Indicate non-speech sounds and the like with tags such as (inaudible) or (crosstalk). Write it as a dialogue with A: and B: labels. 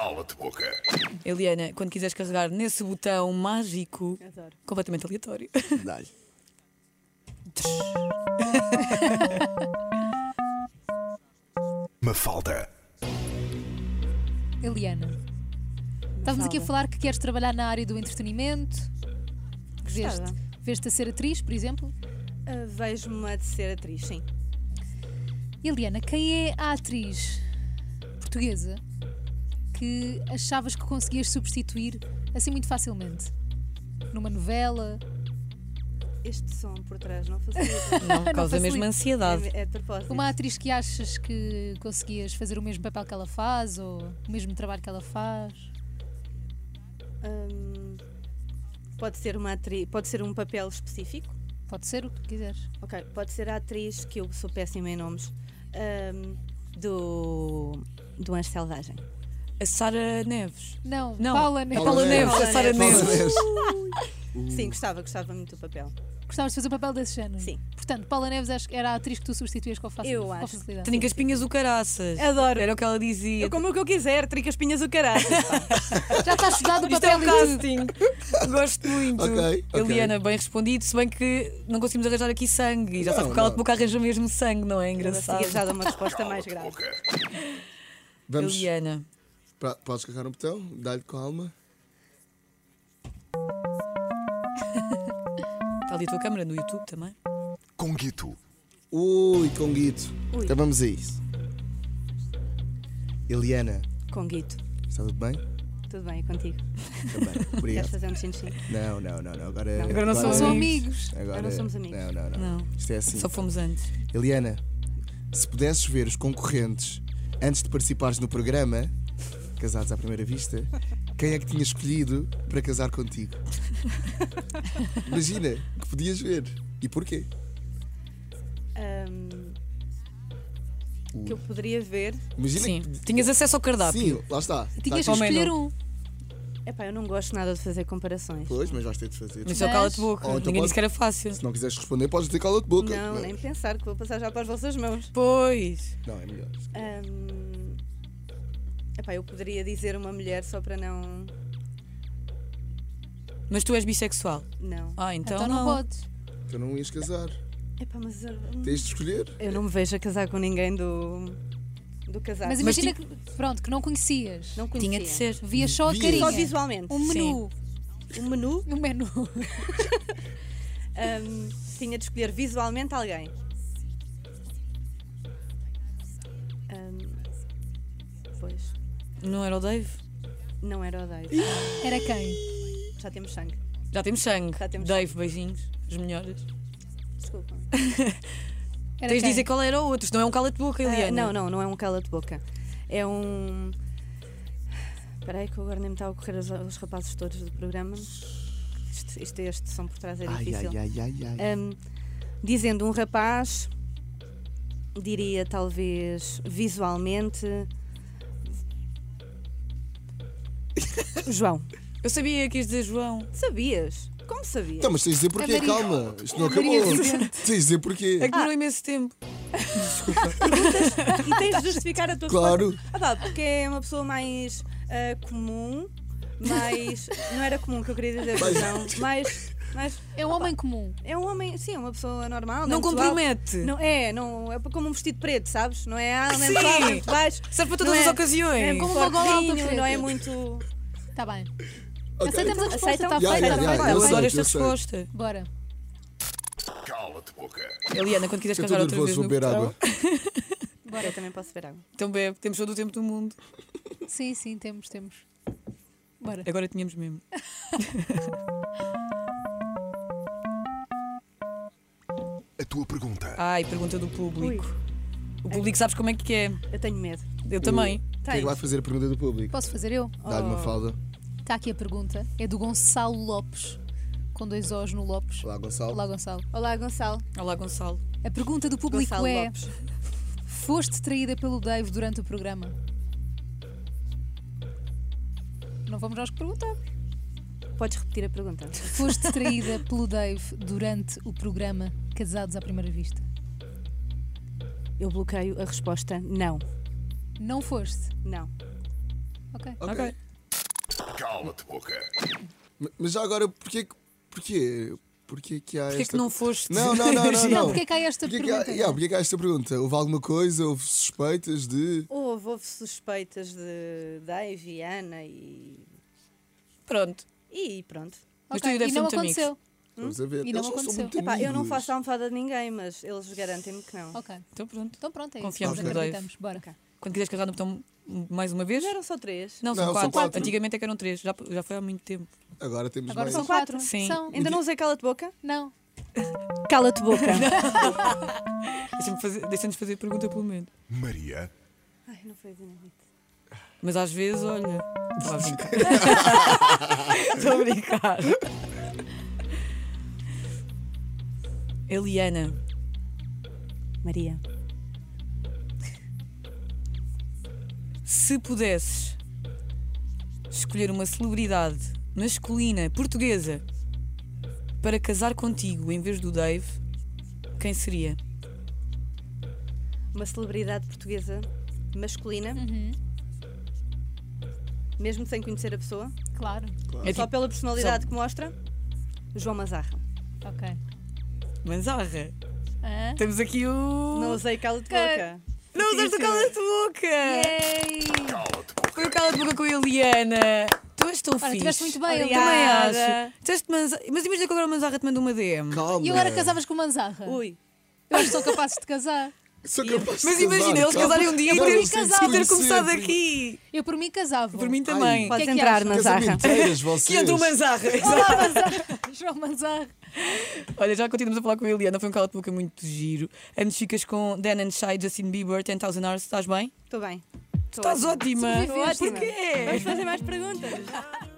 A: aula de boca.
B: Eliana, quando quiseres carregar nesse botão mágico,
C: Adoro.
B: completamente aleatório.
D: Dá-lhe.
A: Mafalda.
E: Eliana, estávamos aqui a
C: Mafalda.
E: falar que queres trabalhar na área do entretenimento. que Veste,
C: Gostava.
E: veste a ser atriz, por exemplo.
C: Ah, Vejo-me a de ser atriz, sim.
E: Eliana, quem é a atriz portuguesa que achavas que conseguias substituir assim muito facilmente? Numa novela?
C: Este som por trás não facilita.
B: (laughs) Não, causa
E: facilita.
B: mesmo ansiedade.
C: É, é de propósito.
E: Uma atriz que achas que conseguias fazer o mesmo papel que ela faz ou o mesmo trabalho que ela faz?
C: Hum, pode ser uma atriz, pode ser um papel específico.
E: Pode ser o que tu quiseres.
C: Ok, pode ser a atriz que eu sou péssima em nomes. hum, do do Anjo Selvagem.
B: é A Sara Neves.
E: Não,
B: Não,
E: Paula
B: é
E: Neves.
B: Paula Neves, a
C: Paula
D: É
B: Sara
C: Neves.
B: Neves.
C: Sim, gostava, gostava muito do papel.
E: Gostavas de fazer o papel desse género?
C: Sim.
E: Portanto, Paula Neves acho que era a atriz que tu substituías com facilidade.
C: Eu
E: com
C: acho.
E: facilidade.
B: Tinha as pinhas o caraças.
C: Adoro.
B: Era o que ela dizia.
C: Eu como o que eu quiser, tricas pinhas o caralho.
E: Já está estudado o
B: Isto é
E: papel
B: um
E: e tudo.
B: casting. (laughs) Gosto muito.
D: Ok, ok.
B: Eliana, bem respondido, se bem que não conseguimos arranjar aqui sangue. E já sabes
D: Não,
B: que ela de
D: não.
B: boca arranja mesmo sangue, não é? Engraçado.
C: Engraçado. assim, Já dá uma resposta mais grave.
D: Vamos.
B: Eliana.
D: pra- podes carregar no botão? Dá-lhe calma.
B: Está ali a tua câmera no YouTube também.
A: Conguito.
D: Ui, Conguito.
C: Ui.
D: Então vamos a isso. Eliana,
C: Com Guito.
D: está tudo bem?
C: Tudo bem, é contigo.
D: Também.
C: Queres
D: Obrigado.
C: fazer um chin-chin?
D: Não, não, não, não. Agora, é
C: Não.
B: Agora não
E: Não
B: somos
E: são amigos.
D: Agora, é-
C: Agora somos amigos.
D: Não, não, não,
B: Não.
D: Isto é assim.
B: Só fomos antes.
D: Eliana, se pudesses ver os concorrentes antes de participares no programa, Casados à Primeira Vista, quem é que tinha escolhido para casar contigo? Imagina que podias ver. E porquê?
C: Hum, que eu poderia ver.
D: Imagina
B: Sim.
D: que.
B: Tinhas acesso ao cardápio.
D: Sim, lá está.
E: Tinhas que
D: Tá-
B: Ao menu.
E: escolher um.
C: Epá, eu não gosto nada de fazer comparações.
D: Pois, mas vais ter de fazer.
B: Mas
D: Se
B: só
E: Mas-
B: cala-te boca.
D: Ou então
B: Ninguém disse
D: pode-
B: que era fácil.
D: não quiseres responder, podes dizer cala de boca.
C: Não,
D: mas-
C: nem pensar que vou passar já para as vossas mãos.
B: Pois.
D: não, é melhor.
C: Hum, epá, eu poderia dizer uma mulher só para não.
B: Mas tu és bissexual.
C: Não.
B: Ah, então,
E: Então, não, podes.
D: Então não ias casar.
C: Epá, mas eu,
D: Tens de escolher.
C: eu não me vejo a casar com ninguém do. do casar.
E: Mas
B: Mas
E: imagina que, pronto, que não conhecias.
C: não conhecia.
B: Tinha de ser.
E: Vias só a
D: Vias.
E: carinha.
C: Só visualmente.
E: Um menu.
C: O menu
E: Um menu.
C: hum, tinha de escolher visualmente alguém. Hum, pois.
B: Não era o Dave?
C: Não era o Dave.
E: Era quem?
C: Já temos sangue.
B: Já temos sangue.
C: Já temos
B: Dave, beijinhos. Os melhores.
C: Desculpa.
E: Era
B: Tens de
E: quem?
B: dizer qual era o outro, senão é um cala-te boca, Eliana.
C: Ah, não, não, não é um cala de boca. É um. Espera aí que eu agora nem me está a ocorrer os, os rapazes todos do programa. Isto, isto é este som por trás é
D: Ai,
C: difícil.
D: ai, ai, ai, ai.
C: Ahm, dizendo um rapaz, diria talvez
D: (laughs)
C: visualmente. João.
B: Eu sabia que ias dizer João.
C: Sabias? Como sabias?
D: Então, mas tens de dizer porquê,
E: Maria-
D: calma. Isto não
E: a Maria
D: acabou. Tens de dizer
B: É
C: Ah.
D: porquê.
B: que demorou imenso tempo.
C: E tens de justificar a tua
D: Claro.
C: resposta. Ah, pá, porque é uma pessoa mais ah, comum, mais. Não era comum que eu queria dizer, mas não. Mais. mais
E: É um homem comum.
C: é um homem, sim, é uma pessoa normal.
B: Não
C: é muito alto.
B: compromete.
C: Não, é, não, é como um vestido preto, sabes? Não é alto, não é
B: Sim.
C: muito alto, muito baixo.
B: Serve para
C: Não
B: todas
C: é-
B: as ocasiões.
C: É como
E: Como
C: um
E: uma gola alta preta.
C: não é muito.
E: Está Tá bem.
D: Ok.
E: Aceitamos a resposta.
C: Aceitam?
E: Está
D: Ya,
E: feita.
D: ya,
E: Está
D: ya,
E: feita.
D: eu
B: Eu
D: sei,
B: adoro esta
D: eu sei.
B: resposta.
E: Bora.
A: Cala-te boca.
B: Eliana, quando quiseres
D: Eu
B: cantar outra
D: estou
B: vez
D: nervoso,
B: no
D: vou beber
B: botão,
D: água.
C: Bora, eu também posso ver água.
B: então bebe, temos todo o tempo do mundo.
E: Sim, sim, temos, temos. Bora.
B: Agora tínhamos mesmo.
A: A tua pergunta.
B: Ai, pergunta do público. O público sabes como é que é.
C: Eu tenho medo.
B: Eu também.
D: Quem é que vai fazer a pergunta do público?
E: Posso fazer eu?
D: Dá-lhe uma falda.
E: Está aqui a pergunta. É do Gonçalo Lopes. Com dois O's no Lopes.
D: Olá, Gonçalo.
E: Olá Gonçalo.
C: Olá, Gonçalo.
B: Olá, Gonçalo.
E: A pergunta do público
C: Gonçalo
E: é:
C: Lopes.
E: Foste traída pelo Dave durante o programa? Não vamos nós que perguntar.
C: Podes repetir a pergunta?
E: Foste traída pelo Dave durante o programa Casados à Primeira Vista?
C: Eu bloqueio a resposta não.
E: Não foste.
C: Não.
E: Ok.
B: Ok.
D: é
C: Ah.
A: Cala-te, boca.
D: Ma- Mas já agora, porquê que. Porquê? Porquê que há
B: Porquê
D: esta...
B: que não foste?
D: Não, não,
B: (laughs)
D: não, não,
E: Não,
D: não.
E: porque é que há esta
D: Porquê que há,
E: pergunta?
D: yeah, porquê que há esta pergunta? Houve alguma coisa? Houve suspeitas de.
C: Houve, houve suspeitas de Dave e Ana e.
B: Pronto.
C: E pronto.
B: Mas
E: Ok,
B: tu e o Dave
E: e
B: são
E: não
B: muito
E: aconteceu.
D: Vamos a ver.
E: E não
D: Eles são
E: aconteceu.
D: muito
C: Epá, eu não
D: amigos.
C: faço a almofada de ninguém, mas eles garantem-me que não.
E: Ok.
B: Então pronto.
E: Então pronto, é
B: Confiamos
E: isso. Nós
D: no
B: Dave.
E: acreditamos. Bora. cá.
B: Quando quiseres carregar no botão mais uma vez.
C: Já eram só três.
B: Não, são,
D: Não, são
B: quatro.
D: quatro.
B: Antigamente é que eram três. Já, já foi há muito tempo.
D: Agora temos
E: Agora
D: mais.
E: são quatro.
B: Sim.
E: São.
C: Ainda não usei cala-te boca?
E: Não.
C: Cala-te (laughs) boca.
B: Deixa-me fazer- Deixa-nos fazer, pergunta pelo menos.
A: Maria,
C: Ai, não foi dinamite.
B: Mas às vezes, olha. (laughs)
D: (laughs)
B: Estou a brincar. Estou a brincar. Eliana.
C: Maria.
B: Se pudesses escolher uma celebridade masculina, portuguesa, para casar contigo em vez do Dave, quem seria?
C: Uma celebridade portuguesa masculina. Mesmo sem conhecer a pessoa.
E: Claro.
B: É
C: Só
B: tipo
C: pela personalidade que mostra. João Mazarra.
E: Ok.
B: Manzarra.
E: Hã?
B: Temos aqui o.
C: Não usei cala-te boca.
B: Não usaste o cala de boca!
E: Yay!
B: Foi o cala de boca com a Eliana. Tu és tão
E: Ora,
B: fixe.
E: estiveste muito bem,
B: Também
E: Eliana.
B: acho. Tu és de Manza- Mas imagina que agora o Manzarra te manda uma DM.
D: Calma.
E: E agora casavas com o Manzarra?
C: Ui.
E: Eu acho que sou capazes de casar.
D: Sou capaz de
B: Mas
D: casar,
B: imagina, eles
D: calma.
B: casarem um dia e
D: Eu
B: ter,
D: não sei
B: e
D: se
B: ter
D: conhecer,
B: começado
D: primo.
B: aqui.
E: Eu por mim casava.
B: Por mim também.
E: Ai.
C: Podes
E: que é que
C: entrar,
E: achas?
C: Mazarra.
D: Casamenteiras,
B: (laughs)
D: vocês.
B: Que é do Manzarra.
E: Olá, Manzarra. (laughs) João Manzarra.
B: Olha, já continuamos a falar com a Eliana, foi um cala de boca muito giro. Antes ficas com Dan and Shy, Justin Bieber, 10,000 Hours, estás bem?
C: Estou bem. Tô
B: Estás ótima!
E: Sobreviveste.
B: Porquê?
C: Vamos fazer mais perguntas.